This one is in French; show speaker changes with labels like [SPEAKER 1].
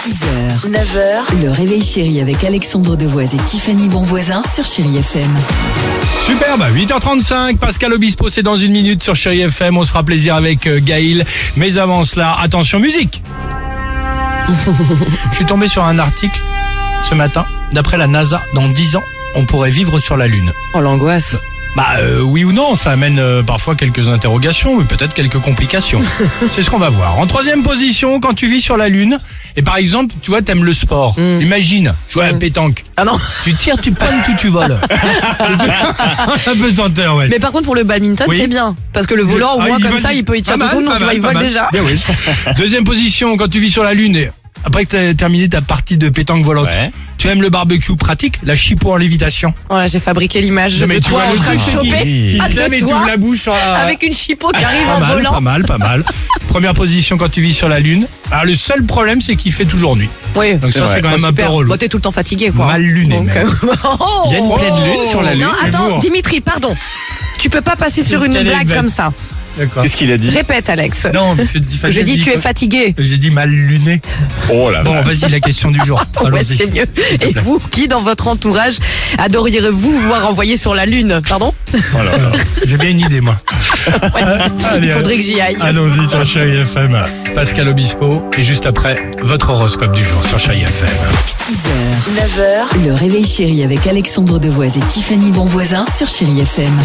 [SPEAKER 1] 6h, 9h, le réveil chéri avec Alexandre Devoise et Tiffany Bonvoisin sur Chéri FM.
[SPEAKER 2] Superbe, 8h35, Pascal Obispo, c'est dans une minute sur Chéri FM, on se fera plaisir avec euh, Gaël. Mais avant cela, attention musique Je suis tombé sur un article ce matin, d'après la NASA, dans 10 ans, on pourrait vivre sur la Lune.
[SPEAKER 3] Oh l'angoisse
[SPEAKER 2] Bah euh, oui ou non, ça amène euh, parfois quelques interrogations, mais peut-être quelques complications. C'est ce qu'on va voir. En troisième position, quand tu vis sur la Lune, et par exemple, tu vois, t'aimes le sport. Imagine, jouer à la pétanque.
[SPEAKER 3] Mm. Ah non
[SPEAKER 2] Tu tires, tu pannes, tout tu voles. un peu tenteur, ouais.
[SPEAKER 3] Mais par contre pour le badminton
[SPEAKER 2] Oui.
[SPEAKER 3] c'est bien Parce que le volant au
[SPEAKER 2] Ah,
[SPEAKER 3] moins
[SPEAKER 2] ils
[SPEAKER 3] comme
[SPEAKER 2] volent
[SPEAKER 3] ça
[SPEAKER 2] du-
[SPEAKER 3] il peut y tirer
[SPEAKER 2] Pas
[SPEAKER 3] tout son
[SPEAKER 2] mal,
[SPEAKER 3] nom,
[SPEAKER 2] pas
[SPEAKER 3] tu vois,
[SPEAKER 2] mal,
[SPEAKER 3] il
[SPEAKER 2] pas
[SPEAKER 3] vole
[SPEAKER 2] mal.
[SPEAKER 3] déjà
[SPEAKER 2] Bien oui. Deuxième position, quand tu vis sur la Lune, et après que t'as terminé ta partie de pétanque volante,
[SPEAKER 4] Ouais.
[SPEAKER 2] tu aimes le barbecue pratique, la chipot en lévitation.
[SPEAKER 3] Voilà j'ai fabriqué l'image
[SPEAKER 2] Non, mais
[SPEAKER 3] de
[SPEAKER 2] tu
[SPEAKER 3] toi
[SPEAKER 2] vois
[SPEAKER 3] en
[SPEAKER 2] le
[SPEAKER 3] train de
[SPEAKER 2] truc
[SPEAKER 4] qui-
[SPEAKER 3] choper
[SPEAKER 4] qui
[SPEAKER 3] à
[SPEAKER 4] se
[SPEAKER 3] deux doigts
[SPEAKER 2] bouche
[SPEAKER 3] avec une chipot qui arrive
[SPEAKER 2] Ah,
[SPEAKER 3] en
[SPEAKER 2] Pas mal, pas
[SPEAKER 3] volant
[SPEAKER 2] mal, pas mal. Première position quand tu vis sur la Lune. Alors le seul problème, c'est qu'il fait toujours nuit.
[SPEAKER 3] Oui
[SPEAKER 2] Donc ça,
[SPEAKER 4] C'est
[SPEAKER 2] c'est
[SPEAKER 4] vrai.
[SPEAKER 2] quand
[SPEAKER 3] Bah,
[SPEAKER 2] même un peu
[SPEAKER 3] super.
[SPEAKER 2] relou.
[SPEAKER 3] Bah, t'es tout le temps fatigué quoi
[SPEAKER 2] Mal luné.
[SPEAKER 3] Donc,
[SPEAKER 2] même.
[SPEAKER 3] euh, oh.
[SPEAKER 4] Il y a une pleine lune sur la lune.
[SPEAKER 3] Non attends
[SPEAKER 4] Humour.
[SPEAKER 3] Dimitri pardon Tu peux pas passer sur
[SPEAKER 2] Qu'est-ce
[SPEAKER 3] une
[SPEAKER 2] qu'elle est
[SPEAKER 3] blague
[SPEAKER 2] belle.
[SPEAKER 3] comme ça
[SPEAKER 2] D'accord.
[SPEAKER 4] Qu'est-ce qu'il a dit
[SPEAKER 3] Répète Alex
[SPEAKER 2] Non, parce que Tiffany
[SPEAKER 3] Je
[SPEAKER 2] a
[SPEAKER 3] dis
[SPEAKER 2] dit
[SPEAKER 3] tu es
[SPEAKER 2] quoi
[SPEAKER 3] fatigué
[SPEAKER 2] J'ai dit mal luné.
[SPEAKER 4] Oh la
[SPEAKER 2] Bon,
[SPEAKER 4] vache.
[SPEAKER 2] vas-y, la question du jour.
[SPEAKER 3] Ouais,
[SPEAKER 2] Allons-y.
[SPEAKER 3] c'est mieux.
[SPEAKER 2] S'il te
[SPEAKER 3] Et
[SPEAKER 2] plaît.
[SPEAKER 3] vous, qui dans votre entourage adoriez-vous voir envoyer sur la Lune Pardon
[SPEAKER 4] Oh là là.
[SPEAKER 2] J'ai bien une idée, moi. Allez,
[SPEAKER 3] Il faudrait que j'y aille.
[SPEAKER 2] Allons-y sur Chéri FM. Pascal Obispo et juste après votre horoscope du jour sur Chéri FM.
[SPEAKER 1] 6h, 9h, le réveil chéri avec Alexandre Devoise et Tiffany Bonvoisin sur Chéri FM.